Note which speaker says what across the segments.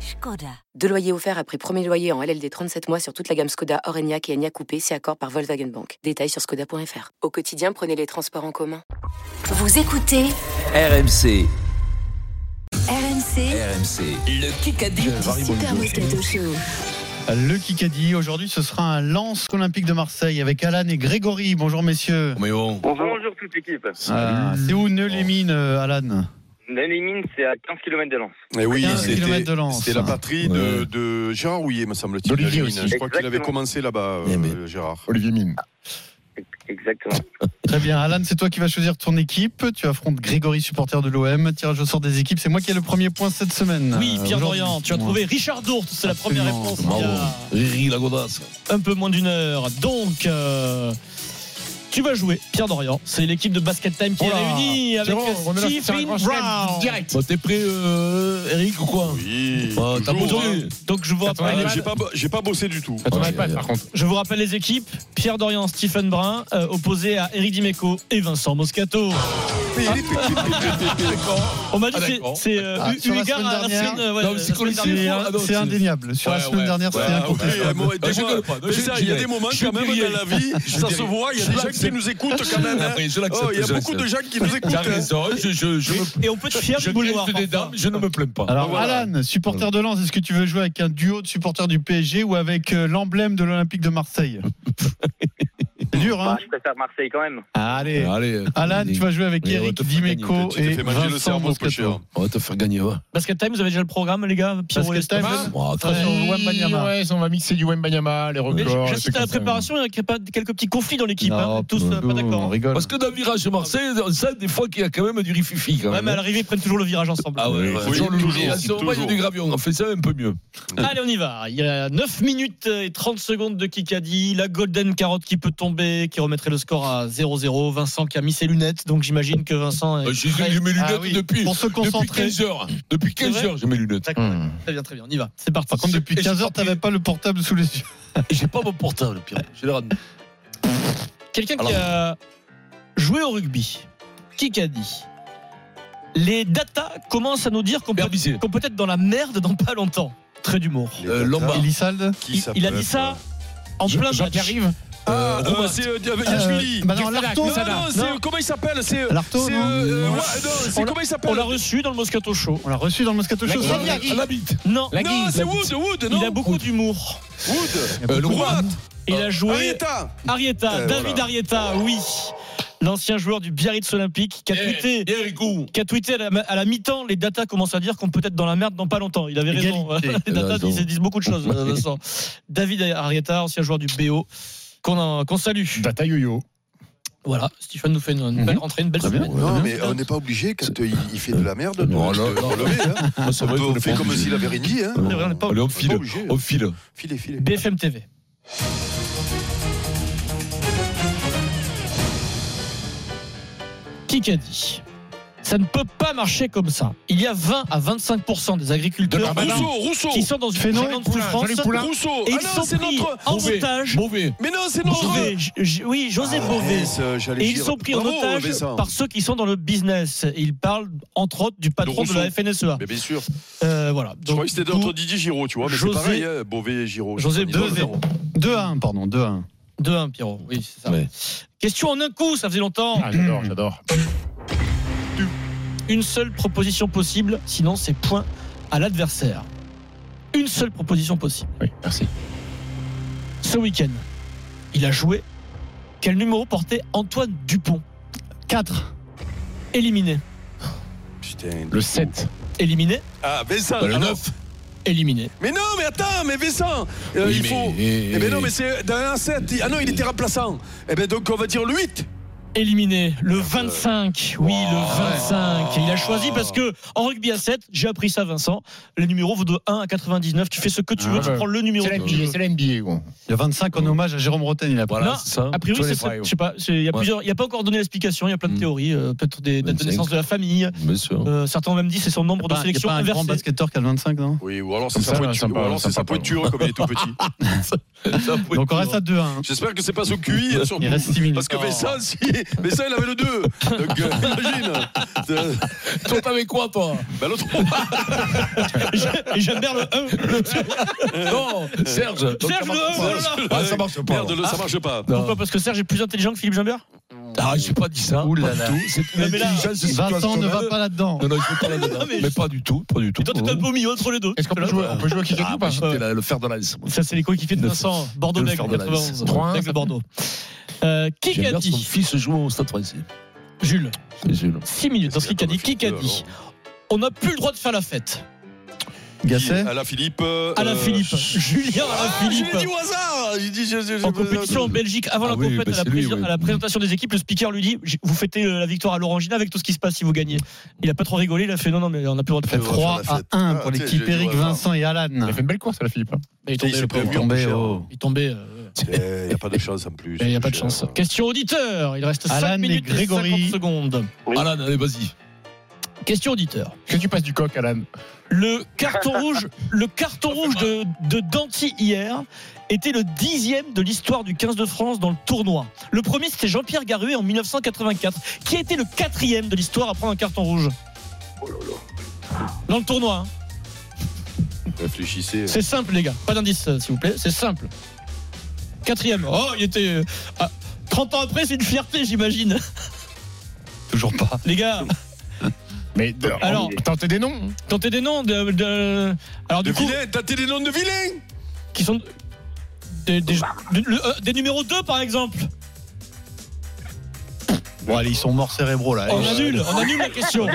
Speaker 1: Skoda.
Speaker 2: Deux loyers offerts après premier loyer en LLD 37 mois sur toute la gamme Skoda, Orenia et Enya Coupé, c'est accord par Volkswagen Bank. Détails sur skoda.fr. Au quotidien, prenez les transports en commun.
Speaker 1: Vous écoutez
Speaker 3: RMC,
Speaker 1: RMC,
Speaker 3: RMC, le Kikadi.
Speaker 1: du Super Moscato Show.
Speaker 4: Le Kikadi, aujourd'hui ce sera un lance olympique de Marseille avec Alan et Grégory. Bonjour messieurs.
Speaker 3: Mais bon,
Speaker 5: Bonjour toute l'équipe.
Speaker 4: Ah, c'est où ne les mines, euh, Alan
Speaker 5: L'année mine, c'est à 15 km de Lens.
Speaker 6: Eh oui,
Speaker 4: 15
Speaker 6: c'était
Speaker 4: kilomètres de Lens.
Speaker 6: c'était la patrie de, de Gérard Rouillet, me semble-t-il.
Speaker 7: D'Olivier
Speaker 6: Lille.
Speaker 7: aussi.
Speaker 6: Je crois qu'il avait
Speaker 5: Exactement.
Speaker 6: commencé là-bas,
Speaker 7: Eh
Speaker 6: euh,
Speaker 7: ben.
Speaker 6: Gérard.
Speaker 7: Olivier Mine.
Speaker 5: Exactement.
Speaker 4: Très bien, Alan, c'est toi qui vas choisir ton équipe. Tu affrontes Grégory, supporter de l'OM. Tirage au sort des équipes, c'est moi qui ai le premier point cette semaine.
Speaker 8: Oui,
Speaker 4: Euh,
Speaker 8: Pierre
Speaker 4: aujourd'hui.
Speaker 8: Dorian, tu as
Speaker 4: Moi.
Speaker 8: trouvé Richard Dourte, c'est la
Speaker 4: Absolument,
Speaker 8: première réponse il y
Speaker 7: Bravo.
Speaker 8: a
Speaker 7: Riri, la godasse.
Speaker 8: un peu moins d'une heure. Donc, euh, tu vas jouer, Pierre Dorian. C'est l'équipe de Basket Time qui
Speaker 7: Oula.
Speaker 8: est réunie avec
Speaker 7: Jérôme, on est là, c'est un
Speaker 8: Stephen
Speaker 7: grand
Speaker 8: Brown.
Speaker 7: chelem, Bon, Bah, t'es prêt, euh, Eric, ou quoi
Speaker 6: Oui.
Speaker 7: Ah, t'as
Speaker 6: toujours,
Speaker 7: bossé.
Speaker 6: hein.
Speaker 8: Donc, je vous,
Speaker 6: Ah,
Speaker 8: rappelle,
Speaker 6: J'ai pas, bo- j'ai pas bossé du tout.
Speaker 7: Attends, iPad, par
Speaker 8: contre. je vous rappelle les équipes. Pierre Dorian, Stephen Brun, euh, opposé à Eric Dimeco et Vincent Moscato. On m'a dit
Speaker 7: Ah,
Speaker 8: que c'est-
Speaker 7: d'accord.
Speaker 8: c'est euh,
Speaker 4: Ah,
Speaker 8: eu-
Speaker 4: sur
Speaker 8: eu
Speaker 4: la
Speaker 8: égard
Speaker 4: semaine
Speaker 8: à la
Speaker 4: dernière.
Speaker 8: semaine, euh, ouais,
Speaker 7: Non, mais
Speaker 8: la
Speaker 7: c'est
Speaker 8: semaine
Speaker 7: collectif.
Speaker 8: dernière. bah,
Speaker 7: Ah, non,
Speaker 4: C'est indéniable. Sur la
Speaker 7: Ouais,
Speaker 4: semaine
Speaker 7: ouais.
Speaker 4: dernière, c'était
Speaker 7: Ouais,
Speaker 6: Ok,
Speaker 4: incontestable.
Speaker 6: euh, moi, des
Speaker 7: je
Speaker 6: fois,
Speaker 7: gueule pas,
Speaker 6: mais
Speaker 7: je
Speaker 6: ça,
Speaker 7: dis
Speaker 6: Il y a
Speaker 7: rien.
Speaker 6: des moments
Speaker 7: Je
Speaker 6: quand même
Speaker 7: dis rien.
Speaker 6: dans la vie,
Speaker 7: Je
Speaker 6: ça
Speaker 7: dis
Speaker 6: se
Speaker 7: rien.
Speaker 6: voit, il y a
Speaker 7: Je
Speaker 6: des gens
Speaker 7: l'accepte.
Speaker 6: qui nous écoutent quand même. hein.
Speaker 7: Après, je
Speaker 6: Oh,
Speaker 7: l'accepte.
Speaker 6: Il y a
Speaker 7: je
Speaker 6: beaucoup de
Speaker 7: l'accepte.
Speaker 6: gens qui nous écoutent.
Speaker 7: T'as
Speaker 6: hein.
Speaker 7: raison, je, je, je, me-
Speaker 8: Et on peut te fier
Speaker 7: je
Speaker 8: du boulevard.
Speaker 7: gifle des
Speaker 8: parfois.
Speaker 7: dames, je ne me plains pas.
Speaker 4: Alors,
Speaker 6: Voilà.
Speaker 4: Alan, supporter de Lens, est-ce que tu veux jouer avec un duo de supporters du PSG ou avec euh, l'emblème de l'Olympique de Marseille C'est dur, hein
Speaker 5: Bah, je préfère Marseille quand même.
Speaker 4: Allez.
Speaker 7: Allez,
Speaker 4: Alan, tu vas jouer avec
Speaker 7: Mais on
Speaker 4: Eric
Speaker 7: te fait gagner,
Speaker 4: Dimeco
Speaker 6: Tu
Speaker 4: et
Speaker 6: t'es fait manger le
Speaker 4: Vincent
Speaker 6: cerveau,
Speaker 4: Moscato.
Speaker 6: Pocheur.
Speaker 7: on va te faire gagner, va.
Speaker 8: Basket Time, vous avez déjà le programme, les gars Pierrot et
Speaker 4: Basket Time,
Speaker 8: Stephen
Speaker 7: Bon,
Speaker 4: Très
Speaker 7: attends.
Speaker 4: bien.
Speaker 8: Sur Wembanyama.
Speaker 9: Ouais, on va mixer du Wembanyama, les
Speaker 8: Ah, Mais
Speaker 9: records. les trucs
Speaker 8: J'assiste à la
Speaker 9: comme ça.
Speaker 8: préparation, il y a pas- quelques petits conflits dans l'équipe.
Speaker 4: Non,
Speaker 8: hein. Tous euh, pas
Speaker 4: Pocheur,
Speaker 8: d'accord.
Speaker 4: On
Speaker 8: hein.
Speaker 4: rigole.
Speaker 7: Parce que dans Virage Marseille, on sait des fois qu'il y a quand même du rififi. Quand
Speaker 8: Ouais,
Speaker 7: même.
Speaker 8: mais à l'arrivée, ils prennent toujours le virage ensemble.
Speaker 7: Ah ouais, ouais.
Speaker 6: Oui,
Speaker 7: Toujours le-
Speaker 6: toujours,
Speaker 7: et à ce moment, il y a
Speaker 6: toujours.
Speaker 7: du gravion. On fait ça un peu mieux.
Speaker 8: Allez, on y va. Il y a 9 minutes et 30 secondes de Kikadi. La Golden Carotte qui peut tomber, qui remettrait le score à 0-0. Vincent qui a mis ses lunettes, donc j'imagine que Vincent. Est
Speaker 7: Euh, J'ai
Speaker 8: prêt.
Speaker 7: j'ai mes
Speaker 4: Ah
Speaker 7: lunettes
Speaker 4: oui,
Speaker 7: depuis,
Speaker 4: Pour se
Speaker 7: depuis
Speaker 4: concentrer.
Speaker 7: 15 heures. Depuis 15
Speaker 8: vrai
Speaker 7: heures, j'ai mes lunettes.
Speaker 8: D'accord.
Speaker 9: Hmm.
Speaker 8: Très bien, très bien, on y va. C'est parti.
Speaker 4: Par contre, depuis
Speaker 7: Et j'ai
Speaker 4: 15
Speaker 7: pas
Speaker 4: heures, t'avais
Speaker 7: pris-
Speaker 4: pas le portable sous les yeux.
Speaker 7: J'ai pas mon portable, Pierre. J'ai le rendu.
Speaker 8: Quelqu'un qui
Speaker 7: Alors.
Speaker 8: a joué au rugby, Kikadi. Les data commencent à nous dire qu'on peut,
Speaker 7: Berbizier.
Speaker 8: qu'on peut être dans la merde dans pas longtemps. Très d'humour.
Speaker 7: Euh, Lombard.
Speaker 4: Elisalde
Speaker 6: Qui
Speaker 8: Il,
Speaker 6: ça
Speaker 8: il a
Speaker 6: peut
Speaker 8: dit
Speaker 6: être,
Speaker 8: ça en
Speaker 9: Je-
Speaker 8: plein
Speaker 9: Jean
Speaker 8: match.
Speaker 9: qui arrive
Speaker 6: Ah, euh,
Speaker 7: Romain.
Speaker 6: c'est euh, Yachvili.
Speaker 4: bah non,
Speaker 6: Qui-
Speaker 4: Lartaud,
Speaker 6: Non,
Speaker 4: Salah.
Speaker 6: non, c'est,
Speaker 4: Non.
Speaker 6: comment il s'appelle C'est, euh,
Speaker 4: Lartaud,
Speaker 6: c'est,
Speaker 4: non
Speaker 6: euh,
Speaker 4: Non.
Speaker 6: ouais, non, c'est
Speaker 8: On l'a-
Speaker 6: comment il s'appelle
Speaker 8: On l'a reçu dans le Moscato Show.
Speaker 4: On l'a reçu dans le Moscato Show.
Speaker 9: Lagui.
Speaker 4: ça
Speaker 9: Lagui.
Speaker 7: À la bite.
Speaker 8: Non,
Speaker 9: La
Speaker 6: Non,
Speaker 9: guise,
Speaker 6: c'est
Speaker 9: la guise.
Speaker 6: Wood, Wood, non
Speaker 8: il a beaucoup d'humour.
Speaker 6: Wood.
Speaker 7: Euh, Lombard.
Speaker 6: Droite.
Speaker 8: Il a
Speaker 6: Ah
Speaker 8: joué
Speaker 6: Arietta.
Speaker 8: Arietta,
Speaker 6: Euh,
Speaker 8: David
Speaker 6: voilà. Eh,
Speaker 8: Arietta, oui. L'ancien joueur du Biarritz Olympique qui a tweeté,
Speaker 7: Pierre Rico.
Speaker 8: qui a tweeté à la, à la mi-temps, les datas commencent à dire qu'on peut être dans la merde dans pas longtemps. Il avait raison.
Speaker 4: Égalité.
Speaker 8: Les datas
Speaker 7: Raison.
Speaker 8: disent, disent beaucoup de choses,
Speaker 7: Ouais.
Speaker 8: Vincent. David Arietta, ancien joueur du BO, qu'on a- qu'on salue.
Speaker 9: Data Yo-Yo.
Speaker 8: Voilà, Stéphane nous fait une,
Speaker 6: Mhm.
Speaker 8: une belle rentrée, une belle semaine.
Speaker 6: Non, mais on n'est pas obligé quand euh, il, il fait de la merde de,
Speaker 7: Non,
Speaker 6: de-
Speaker 7: non,
Speaker 6: de
Speaker 7: non.
Speaker 6: relever. Hein.
Speaker 7: Ah, c'est
Speaker 6: On,
Speaker 7: vrai
Speaker 6: peut-
Speaker 7: qu'on
Speaker 6: on
Speaker 7: est
Speaker 6: fait
Speaker 7: pas
Speaker 6: comme
Speaker 7: obligé.
Speaker 6: s'il avait rien dit. Hein.
Speaker 8: C'est vrai, on n'est pas
Speaker 7: Allez, on
Speaker 6: On n'est pas
Speaker 7: file.
Speaker 6: obligé.
Speaker 7: On file.
Speaker 6: Filez, filez.
Speaker 8: BFM TV. Qui qu'a dit Ça ne peut pas marcher comme ça. Il y a 20 à 25% des agriculteurs
Speaker 9: Darmanin.
Speaker 6: Rousseau, Ah Rousseau.
Speaker 8: qui sont dans une
Speaker 4: Fénon,
Speaker 8: grande
Speaker 9: Poulain,
Speaker 8: souffrance
Speaker 9: Jean-Luc Poulain.
Speaker 6: Rousseau.
Speaker 8: et
Speaker 6: Ah
Speaker 8: ils
Speaker 6: non,
Speaker 8: sont
Speaker 6: c'est
Speaker 8: pris
Speaker 6: notre.
Speaker 8: en
Speaker 7: Mauvais.
Speaker 8: otage.
Speaker 7: Mauvais.
Speaker 6: Mais non, c'est notre.
Speaker 8: Beauvais, J- J- oui, José
Speaker 6: Ah,
Speaker 8: Beauvais.
Speaker 6: mince, euh, j'allais
Speaker 8: Et ils
Speaker 6: dire.
Speaker 8: sont pris en
Speaker 6: Bravo,
Speaker 8: otage
Speaker 6: Vincent.
Speaker 8: par ceux qui sont dans le business. Et ils parlent entre autres du patron de,
Speaker 6: Rousseau.
Speaker 8: la FNSEA.
Speaker 6: Mais bien sûr.
Speaker 8: E Euh, voilà.
Speaker 6: Je croyais que c'était
Speaker 8: du coup,
Speaker 6: d'autres Didier Giraud, tu vois. Mais
Speaker 8: José-
Speaker 6: c'est pareil, hein, Beauvais et Giraud.
Speaker 8: José
Speaker 6: Ils sont
Speaker 8: Beauvais.
Speaker 6: zéro.
Speaker 4: 2-1, pardon, 2-1.
Speaker 8: 2-1, Pierrot. Oui, c'est ça.
Speaker 7: Ouais.
Speaker 8: Question en un coup, ça faisait longtemps.
Speaker 9: Ah, j'adore, j'adore.
Speaker 8: une seule proposition possible, sinon c'est point à l'adversaire. Une seule proposition possible.
Speaker 9: Oui, merci.
Speaker 8: Ce week-end, il a joué. Quel numéro portait Antoine Dupont
Speaker 4: 4.
Speaker 8: Éliminé.
Speaker 6: Putain.
Speaker 9: Le 7.
Speaker 8: Éliminé.
Speaker 6: Ah, Vincent.
Speaker 7: Bah, Le
Speaker 6: alors.
Speaker 7: 9.
Speaker 8: Éliminé.
Speaker 6: Mais non, mais attends, mais Vincent, euh,
Speaker 7: Eh,
Speaker 6: il faut. Eh ben non, mais c'est dans un 7. Ah non, il était remplaçant. Eh ben donc on va dire le 8.
Speaker 8: éliminé. Le 25, oui, le 25. Et il a choisi parce que en rugby à 7, j'ai appris ça, Vincent. Les numéros vont de 1 à 99. Tu fais ce que tu veux,
Speaker 9: Ah
Speaker 8: tu
Speaker 9: ouais.
Speaker 8: prends le numéro
Speaker 9: C'est la
Speaker 8: que tu veux.
Speaker 9: NBA, c'est la NBA, gros.
Speaker 4: Le 25 en hommage à Jérôme Roten, il a pris.
Speaker 7: Voilà,
Speaker 8: Non,
Speaker 7: c'est ça.
Speaker 8: A priori,
Speaker 7: Tous les
Speaker 8: c'est-
Speaker 7: frères.
Speaker 8: je sais pas. c'est- Il y a
Speaker 7: Ouais.
Speaker 8: plusieurs. Il n'y a pas encore donné l'explication. Il y a plein de
Speaker 9: Hmm.
Speaker 7: Mm.
Speaker 8: théories. euh, Peut-être des dates de
Speaker 7: 25.
Speaker 8: naissance de la famille.
Speaker 7: Bien sûr.
Speaker 8: Euh, certains ont même dit c'est son nombre de
Speaker 4: Bah, y a
Speaker 8: sélections
Speaker 4: pas un grand
Speaker 8: inversées.
Speaker 4: basketteur qui a le 25, non
Speaker 6: Oui, ou alors c'est
Speaker 9: Comme
Speaker 6: sa
Speaker 9: ça,
Speaker 6: pointe
Speaker 9: ouais,
Speaker 6: tu-
Speaker 9: sympa,
Speaker 6: ou alors c'est
Speaker 9: sympa,
Speaker 6: sa pointe
Speaker 9: pardon.
Speaker 6: tueur hein, comme il est tout petit.
Speaker 4: Donc on reste à 2-1.
Speaker 6: hein. J'espère que c'est pas au QI, hein, surtout.
Speaker 4: Il reste 6 minutes.
Speaker 6: Parce que Bessin, si, Bessin, il avait le 2. Donc, euh, imagine. Euh,
Speaker 7: Toi, t'avais quoi, toi
Speaker 6: Bah, l'autre,
Speaker 8: Et j'aime bien le 1.
Speaker 7: Non, Serge. toi,
Speaker 8: Serge,
Speaker 7: ça marche
Speaker 8: le-
Speaker 7: pas.
Speaker 8: oh là là.
Speaker 7: Ah, ça marche pas.
Speaker 6: merde, le- ça marche pas.
Speaker 7: Non.
Speaker 8: Pourquoi Parce que Serge est plus intelligent que Philippe Jambert
Speaker 7: Ah, j'ai pas dit ça.
Speaker 4: Ouh là
Speaker 7: Pas
Speaker 4: là.
Speaker 7: du tout. C'est une
Speaker 8: Non, mais là,
Speaker 7: intelligence
Speaker 4: Vincent ne va
Speaker 7: situationnelle.
Speaker 4: pas là-dedans.
Speaker 7: Non, non, je veux pas là-dedans.
Speaker 8: Non, mais-
Speaker 7: mais, pas du tout, pas du tout.
Speaker 8: Et toi, t'es un peu au milieu entre les deux.
Speaker 9: Est-ce qu'on peut
Speaker 8: Là,
Speaker 9: jouer, on peut jouer au kick
Speaker 7: ah,
Speaker 9: ou
Speaker 7: bah,
Speaker 9: pas
Speaker 7: j'étais là, le fer de lance.
Speaker 8: Ça, c'est les coéquipiers de
Speaker 7: Le-
Speaker 8: Vincent. Bordeaux
Speaker 7: le
Speaker 8: Bègles,
Speaker 7: fer de la
Speaker 8: 91.
Speaker 7: liste. 3-1.
Speaker 8: Bègles de Bordeaux. Euh, qui
Speaker 7: J'aime
Speaker 8: a
Speaker 7: bien son
Speaker 8: dit
Speaker 7: fils joue au stade français.
Speaker 8: Jules,
Speaker 7: C'est Jules.
Speaker 8: 6 minutes dans ce qu'il a dit. Qui a dit On n'a plus le droit de faire la fête.
Speaker 4: Gasset
Speaker 6: À la Philippe. euh,
Speaker 8: Alain Philippe. Julien
Speaker 6: Ah,
Speaker 8: Alain
Speaker 6: Je l'ai dit
Speaker 8: Philippe.
Speaker 6: au hasard. Il dit, je- je- je-
Speaker 8: En compétition en Belgique, avant
Speaker 7: Ah
Speaker 8: la
Speaker 7: oui,
Speaker 8: compétition, à,
Speaker 7: bah,
Speaker 8: la
Speaker 7: c'est lui,
Speaker 8: pré-
Speaker 7: oui.
Speaker 8: à la présentation des équipes, le speaker lui dit J- Vous fêtez euh, la victoire à l'Orangina avec tout ce qui se passe si vous gagnez. Il a pas trop rigolé, il a fait Non, non, mais on n'a plus le droit de faire.
Speaker 6: Ouais, ouais.
Speaker 4: 3 à 1 pour
Speaker 6: Ah, tiens,
Speaker 4: l'équipe
Speaker 6: j'ai-
Speaker 4: Eric,
Speaker 6: j'ai-
Speaker 4: Vincent et Alan.
Speaker 9: Il a fait une belle course, à la Philippe. hein.
Speaker 8: Mais il
Speaker 6: Il s'est
Speaker 8: tombait,
Speaker 6: prévenu,
Speaker 4: tombé
Speaker 6: mon cher.
Speaker 4: au-
Speaker 8: il tombait, euh,
Speaker 6: Eh, y a pas de chance en plus.
Speaker 8: mais il n'y Eh, a pas de
Speaker 6: mon cher.
Speaker 8: chance. Question auditeur Il reste 5
Speaker 4: Alan et
Speaker 8: minutes et
Speaker 4: Grégory.
Speaker 8: 50 secondes.
Speaker 7: Alan, allez, vas-y.
Speaker 8: Question auditeur.
Speaker 9: Que tu passes du coq, Alan.
Speaker 8: Le carton rouge, le carton rouge de, de Danty hier était le dixième de l'histoire du 15 de France dans le tournoi. Le premier, c'était Jean-Pierre Garuet en 1984. Qui a été le quatrième de l'histoire à prendre un carton rouge Dans le tournoi. hein.
Speaker 6: Réfléchissez.
Speaker 8: C'est simple, les gars. Pas d'indice, euh, s'il vous plaît. C'est simple. Quatrième. Oh, il était. euh, ah, 30 ans après, c'est une fierté, j'imagine.
Speaker 4: Toujours pas.
Speaker 8: Les gars,
Speaker 9: Mais de-
Speaker 8: Alors-
Speaker 9: tentez des noms.
Speaker 8: tentez des noms de. de- Alors,
Speaker 6: De
Speaker 8: du coup,
Speaker 6: vilain, tâtez les noms de vilain.
Speaker 8: qui sont. Des, des-
Speaker 6: Oh, bah.
Speaker 8: de- le- euh, des numéros 2, par exemple.
Speaker 4: Bon, allez, ils sont morts cérébraux
Speaker 6: Eh
Speaker 4: là.
Speaker 8: On
Speaker 4: Allez.
Speaker 8: annule, on annule la question.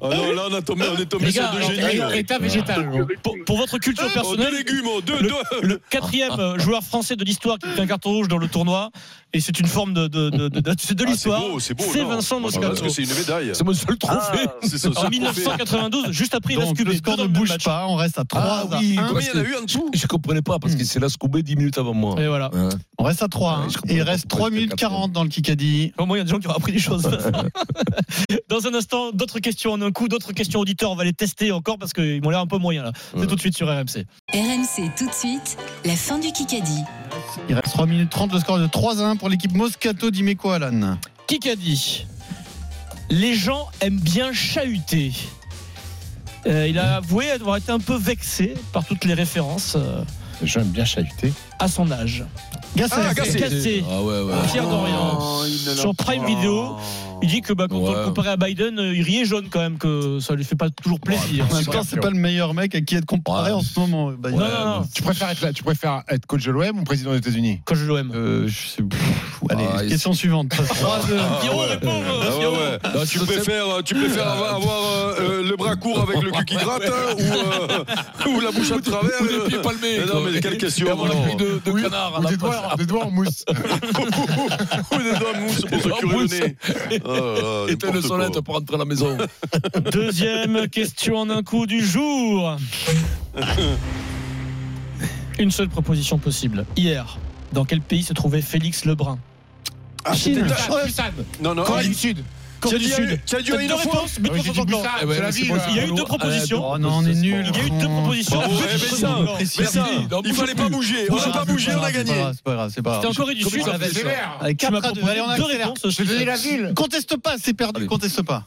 Speaker 6: Ah non, là, on, a tombé, on est tombé
Speaker 8: Les
Speaker 6: sur
Speaker 8: gars,
Speaker 6: deux
Speaker 4: euh,
Speaker 8: alors,
Speaker 6: génies.
Speaker 8: alors,
Speaker 6: là.
Speaker 9: État végétal. gros.
Speaker 8: Pour, pour votre culture
Speaker 6: Oh, deux
Speaker 8: personnelle,
Speaker 6: légumes, Ah. oh, deux, deux.
Speaker 8: le quatrième euh, joueur français de l'histoire qui a pris un carton rouge dans le tournoi, et c'est une forme de, de, de, de- de- c'est de
Speaker 6: Ah, c'est
Speaker 8: l'histoire.
Speaker 6: beau, c'est beau.
Speaker 8: c'est
Speaker 6: non. Bah,
Speaker 8: Vincent
Speaker 6: Parce
Speaker 8: Moscato.
Speaker 6: que c'est une médaille.
Speaker 7: C'est mon seul trophée.
Speaker 5: Ah,
Speaker 6: C'est ça,
Speaker 8: en
Speaker 6: ce trophée.
Speaker 8: 1992, juste après, il va se
Speaker 4: Donc
Speaker 8: cuber.
Speaker 4: le score ne bouge pas, on reste à 3 à
Speaker 7: Ah oui,
Speaker 4: 1.
Speaker 7: parce
Speaker 6: Combien il y en a eu en dessous
Speaker 7: Je comprenais pas parce que c'est la Scoubé 10 minutes avant moi.
Speaker 8: Et voilà.
Speaker 7: Hein.
Speaker 4: On reste à 3.
Speaker 7: Ouais,
Speaker 4: hein.
Speaker 7: je comprends
Speaker 4: Et il
Speaker 7: pas
Speaker 4: reste 3
Speaker 7: pourquoi je fais
Speaker 4: minutes
Speaker 7: quatre,
Speaker 4: 40 dans le Kikadi.
Speaker 8: Au moins, il y a des gens qui ont appris des choses. Dans un instant, d'autres questions en un coup, d'autres questions auditeurs. On va les tester encore parce qu'ils m'ont l'air un peu moyens là. C'est
Speaker 7: Ouais.
Speaker 8: tout de suite sur RMC.
Speaker 1: RMC tout de suite, la fin du Kikadi.
Speaker 4: Il reste 3 minutes 30, le score est de 3 à 1 pour l'équipe Moscato d'Imeco Alan.
Speaker 8: Qui qu'a dit Les gens aiment bien chahuter. Euh, il a avoué avoir été un peu vexé par toutes les références euh,
Speaker 9: J'aime bien chahuter.
Speaker 8: à son âge.
Speaker 4: Gasset,
Speaker 6: Ah,
Speaker 8: Gasset.
Speaker 6: Gasset.
Speaker 8: Cassé.
Speaker 7: Ah ouais, ouais.
Speaker 8: Pierre Dorian. Sur Prime Video, il dit que bah, quand on le
Speaker 7: Ouais.
Speaker 8: comparait à Biden, euh, il riait jaune quand même, que ça lui fait pas toujours plaisir.
Speaker 4: en même temps, c'est pas le meilleur mec à qui être comparé
Speaker 7: Ouais.
Speaker 4: en ce moment. Bah,
Speaker 8: non, non, non.
Speaker 9: Tu préfères être là, tu préfères être coach de l'OM ou président des États-Unis
Speaker 8: Quand je l'aime.
Speaker 4: euh, je sais- pff, allez,
Speaker 7: Ah, il-
Speaker 4: question suivante. Ah, 3 2.
Speaker 8: Pierrot répond, euh,
Speaker 6: Ah ouais,
Speaker 8: Pierrot.
Speaker 6: ouais.
Speaker 7: Non,
Speaker 6: tu
Speaker 7: tu le sais.
Speaker 6: préfères, tu préfères avoir, avoir, euh, euh, le bras court avec le cul qui gratte hein, ou, euh, ou la bouche à travers
Speaker 7: Ou
Speaker 6: euh,
Speaker 7: des pieds palmés.
Speaker 6: Mais non, mais quelle question,
Speaker 7: Avant la
Speaker 6: alors.
Speaker 7: pluie de, de canard. à
Speaker 9: Ou
Speaker 7: la
Speaker 9: des
Speaker 7: place.
Speaker 9: doigts, des doigts en mousse.
Speaker 6: ou des doigts de mousse pour se
Speaker 7: doigts de
Speaker 6: curer le
Speaker 7: mousse.
Speaker 6: nez. Oh là là,
Speaker 7: Éteins le
Speaker 6: n'importe quoi.
Speaker 7: sonnette pour rentrer à la maison.
Speaker 8: Deuxième question en un coup du jour. Une seule proposition possible. Hier, dans quel pays se trouvait Félix Lebrun
Speaker 6: Ah, c'était ta-
Speaker 9: Busan.
Speaker 6: Non, non,
Speaker 9: Corée
Speaker 6: il-
Speaker 9: du Sud.
Speaker 6: tu as
Speaker 8: Corée du
Speaker 6: dit-
Speaker 8: Sud.
Speaker 6: tu as dit
Speaker 8: T'as
Speaker 6: une
Speaker 8: deux
Speaker 6: fois
Speaker 8: réponses, mais
Speaker 9: Oui, j'ai
Speaker 8: contre
Speaker 9: dit
Speaker 8: encore.
Speaker 9: Busan,
Speaker 7: Eh ben,
Speaker 9: c'est
Speaker 7: là,
Speaker 9: la
Speaker 7: c'est
Speaker 9: ville.
Speaker 7: bon, c'est
Speaker 8: Il y a eu
Speaker 7: bon.
Speaker 8: deux propositions.
Speaker 7: Ah
Speaker 4: Oh non, on est nul.
Speaker 8: Il y a eu deux propositions.
Speaker 6: Bravo, eh, mais ça, mais ça,
Speaker 7: Non,
Speaker 6: il
Speaker 7: bouge
Speaker 6: fallait
Speaker 7: plus.
Speaker 6: pas bouger. On n'a pas bougé, on a gagné.
Speaker 4: C'est pas grave, c'est pas
Speaker 8: C'était en
Speaker 4: grave.
Speaker 8: Corée du
Speaker 7: Comment
Speaker 8: Sud.
Speaker 7: ça fait
Speaker 8: Tu
Speaker 9: Sévère.
Speaker 4: Allez, 4
Speaker 8: m'as
Speaker 4: à 2.
Speaker 8: proposé
Speaker 4: Allez, on
Speaker 8: deux
Speaker 4: accélère.
Speaker 8: réponses. aussi.
Speaker 9: Je vais donner la ville.
Speaker 4: Conteste pas, c'est perdu,
Speaker 7: Allez.
Speaker 4: conteste pas.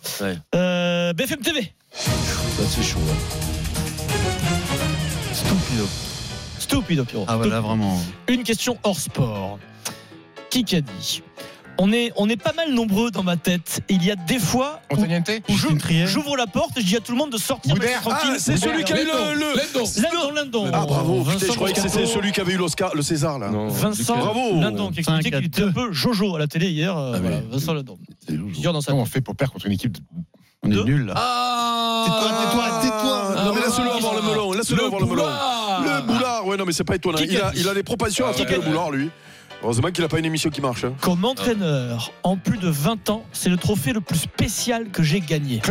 Speaker 8: Euh, BFM TV.
Speaker 7: Ça, c'est chaud. hein.
Speaker 4: Stupido.
Speaker 8: Stupide, Pierrot.
Speaker 4: Ah voilà, vraiment.
Speaker 8: Une question hors sport. Qui qui a dit on est, on est pas mal nombreux dans ma tête. Il y a des fois où
Speaker 9: Antoniente
Speaker 8: Ou je-
Speaker 4: Justine Trier.
Speaker 8: J'ouvre la porte et je dis à tout le monde de sortir.
Speaker 9: Boudère.
Speaker 8: restez tranquille.
Speaker 6: Ah, c'est celui qui a eu le. le-
Speaker 7: Lendo.
Speaker 8: Lindon, Lindon.
Speaker 6: Ah, bravo, putain,
Speaker 8: Vincent
Speaker 6: je croyais que c'était
Speaker 8: Moscato.
Speaker 6: celui qui avait eu l'Oscar, le César, là.
Speaker 8: Vincent
Speaker 6: Duquel. Bravo.
Speaker 8: Lindon qui expliquait
Speaker 4: Cinq à
Speaker 8: qu'il était un peu Jojo à la télé hier. euh,
Speaker 7: Ah,
Speaker 8: voilà,
Speaker 7: oui.
Speaker 8: Vincent Lindon.
Speaker 7: C'est lourd.
Speaker 8: Plusieurs dans sa
Speaker 9: Comment on fait pour perdre contre une équipe de-
Speaker 4: On est
Speaker 8: Deux.
Speaker 4: nuls là.
Speaker 7: Ah
Speaker 4: Tais-toi, tais-toi, tais-toi.
Speaker 8: ah,
Speaker 6: Non, mais laisse-le avoir le melon, laisse-le avoir le melon. Le boulard, ouais, non, mais c'est pas étonnant.
Speaker 8: Qui
Speaker 6: Il a,
Speaker 8: qu'a-
Speaker 6: il a des propensions à
Speaker 7: Ah,
Speaker 6: frapper
Speaker 7: ouais,
Speaker 6: le boulard, lui. Heureusement qu'il a pas une émission qui marche. hein.
Speaker 8: Comme entraîneur, en plus de 20 ans, c'est le trophée le plus spécial que j'ai gagné.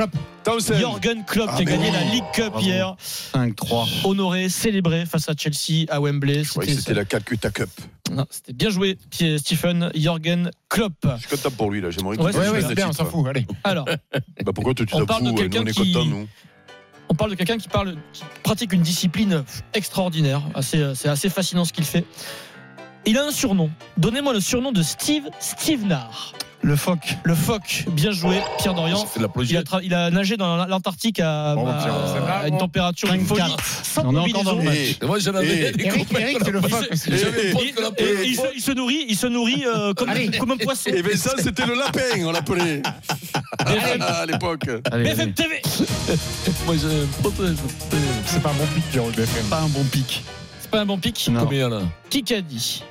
Speaker 6: Townsend.
Speaker 8: Jorgen Klopp
Speaker 9: Ah,
Speaker 8: qui a
Speaker 9: mais
Speaker 8: gagné
Speaker 9: oui.
Speaker 8: la League Cup
Speaker 9: Bravo.
Speaker 8: hier,
Speaker 4: 5-3.
Speaker 8: honoré, célébré face à Chelsea à Wembley.
Speaker 6: Je croyais que c'était la Calcutta Cup.
Speaker 8: Non, c'était bien joué, Pierre- Stephen Jorgen Klopp.
Speaker 6: Je suis content pour lui, là. J'aimerais qu'il
Speaker 8: Ouais,
Speaker 9: Ouais,
Speaker 6: gagne
Speaker 9: ouais,
Speaker 6: le
Speaker 9: c'est bien, on
Speaker 6: titre.
Speaker 9: s'en fout, allez.
Speaker 8: Alors,
Speaker 6: Bah, pourquoi toi, tu
Speaker 8: On
Speaker 6: t'en fous
Speaker 8: parle de
Speaker 6: Nous,
Speaker 8: quelqu'un
Speaker 6: on est
Speaker 8: qui-
Speaker 6: contents, nous.
Speaker 8: on parle de quelqu'un qui parle, qui pratique une discipline extraordinaire. Assez- C'est assez fascinant ce qu'il fait. Il a un surnom. Donnez-moi le surnom de Steve Stevenard.
Speaker 4: Le phoque.
Speaker 8: Le phoque, bien joué, Pierre Dorian.
Speaker 7: Ça fait de
Speaker 8: Il
Speaker 7: la
Speaker 8: a,
Speaker 7: plagiat.
Speaker 8: tra- il a nagé dans l'Antarctique à,
Speaker 4: bah,
Speaker 9: Bravo,
Speaker 8: à-
Speaker 9: Pierre, c'est
Speaker 8: à une
Speaker 9: bravo.
Speaker 8: température une folie,
Speaker 4: 5-4.
Speaker 8: sans
Speaker 4: On est encore
Speaker 8: combinaison.
Speaker 4: dans le match.
Speaker 6: Eh,
Speaker 7: Moi, j'en avais
Speaker 6: Et-
Speaker 7: des
Speaker 9: Eric,
Speaker 7: copains
Speaker 9: Eric,
Speaker 7: qu'on
Speaker 9: c'est le
Speaker 7: a-
Speaker 9: fuck aussi.
Speaker 7: Et-
Speaker 6: Eh,
Speaker 7: Paul
Speaker 8: Et-
Speaker 7: qu'on
Speaker 8: et-
Speaker 7: appelait
Speaker 8: et il, se, il se nourrit, il se nourrit euh, comme,
Speaker 9: Allez.
Speaker 8: comme un poisson.
Speaker 6: Et eh, Vincent, c'était le lapin, on l'appelait. Ah, à l'époque.
Speaker 4: Allez,
Speaker 8: BFM
Speaker 4: allez.
Speaker 8: TV,
Speaker 7: Moi, je- Paul-
Speaker 9: C'est pas un bon pic, Jérôme BFM.
Speaker 4: Pas un bon pic.
Speaker 8: c'est pas un bon pic.
Speaker 4: Non.
Speaker 7: Combien, là
Speaker 8: Qui qu'a dit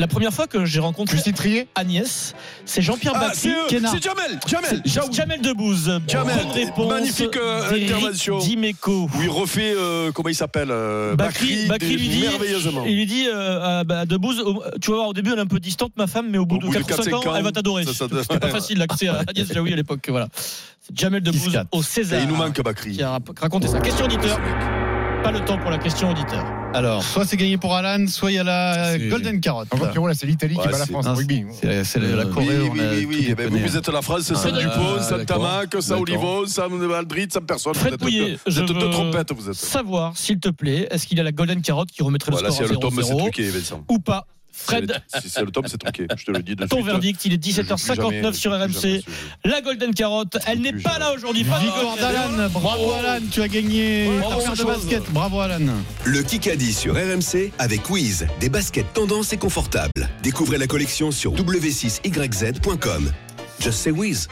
Speaker 8: La première fois que j'ai rencontré
Speaker 9: Plus trié
Speaker 8: Agnès, c'est Jean-Pierre
Speaker 6: Ah,
Speaker 8: Bacri,
Speaker 6: c'est eux,
Speaker 8: Kenard.
Speaker 6: c'est Jamel. Jamel.
Speaker 8: Jamel, Debbouze.
Speaker 6: Jamel,
Speaker 8: Bonne réponse.
Speaker 6: magnifique, euh,
Speaker 8: d'Éric
Speaker 6: intervention.
Speaker 8: Dimeco.
Speaker 6: Où il refait, euh, comment il s'appelle euh,
Speaker 8: Bacri,
Speaker 6: Bakri,
Speaker 8: Bacri
Speaker 6: des-
Speaker 8: lui dit,
Speaker 6: merveilleusement.
Speaker 8: il lui dit euh, à- bah, à Debbouze, au- tu vas voir, au début, elle est un peu distante, ma femme, mais au bout
Speaker 6: Au
Speaker 8: de
Speaker 6: bout de
Speaker 8: 4 5 ans,
Speaker 6: 4-5 ans,
Speaker 8: elle va t'adorer.
Speaker 6: ça, ça
Speaker 8: C'était
Speaker 6: doit-
Speaker 8: pas facile l'accès à Agnès Jaoui à l'époque. Voilà. C'est Jamel Debbouze
Speaker 4: 10-4.
Speaker 8: au
Speaker 6: Et
Speaker 8: César.
Speaker 6: il nous manque Bakri.
Speaker 8: Qui a rap- raconté sa question auditeur. Pas le temps pour la question auditeur.
Speaker 4: Alors, soit c'est gagné pour Alan, soit il y a la
Speaker 7: C'est-
Speaker 4: Golden Carrot.
Speaker 9: En fait, Pierrot, là, c'est l'Italie
Speaker 6: Ouais,
Speaker 9: qui bat la
Speaker 6: c'est-
Speaker 9: France en
Speaker 4: Non,
Speaker 9: rugby.
Speaker 4: C'est c'est la, la
Speaker 7: Oui,
Speaker 6: Oui,
Speaker 4: Corée.
Speaker 6: oui,
Speaker 4: on a
Speaker 6: oui,
Speaker 4: tout
Speaker 6: oui. Eh ben, vous,
Speaker 4: déconné.
Speaker 6: vous êtes la France,
Speaker 7: Ah,
Speaker 6: sans Dupont, sans
Speaker 7: d'accord.
Speaker 6: Tamac, sans
Speaker 7: D'accord.
Speaker 6: Olivon, sans Aldrit, sans personne.
Speaker 8: Fred
Speaker 6: Vous êtes
Speaker 8: Pouillet,
Speaker 6: deux- vous
Speaker 8: je
Speaker 6: êtes
Speaker 8: veux-
Speaker 6: deux trompettes, vous êtes.
Speaker 8: Savoir, s'il te plaît, est-ce qu'il y a la Golden Carotte qui remettrait
Speaker 6: Voilà,
Speaker 8: le
Speaker 6: si elle le
Speaker 8: score
Speaker 6: tombe,
Speaker 8: à
Speaker 6: c'est
Speaker 8: 0
Speaker 6: truqué, Vincent.
Speaker 8: ou pas
Speaker 6: Si elle
Speaker 8: Fred,
Speaker 6: est- Si c'est le top, c'est truqué. Je te le dis de
Speaker 8: ton
Speaker 6: suite.
Speaker 8: verdict, il est
Speaker 6: Je joue plus
Speaker 8: 17h59 sur
Speaker 6: jamais, je joue
Speaker 8: RMC.
Speaker 6: jamais ce jeu.
Speaker 8: La Golden Carotte, elle n'est
Speaker 6: plus
Speaker 8: pas
Speaker 6: jamais.
Speaker 8: là aujourd'hui. Pas de
Speaker 4: Victoire
Speaker 8: Golden Carotte.
Speaker 4: d'Alan. Bravo Alan, tu as gagné
Speaker 8: Bravo,
Speaker 4: ta paire de
Speaker 8: chose.
Speaker 4: basket. Bravo Alan.
Speaker 10: Le Kikadi sur RMC avec Wiz, des baskets tendance et confortables. Découvrez la collection sur w6yz.com. Just say Wiz.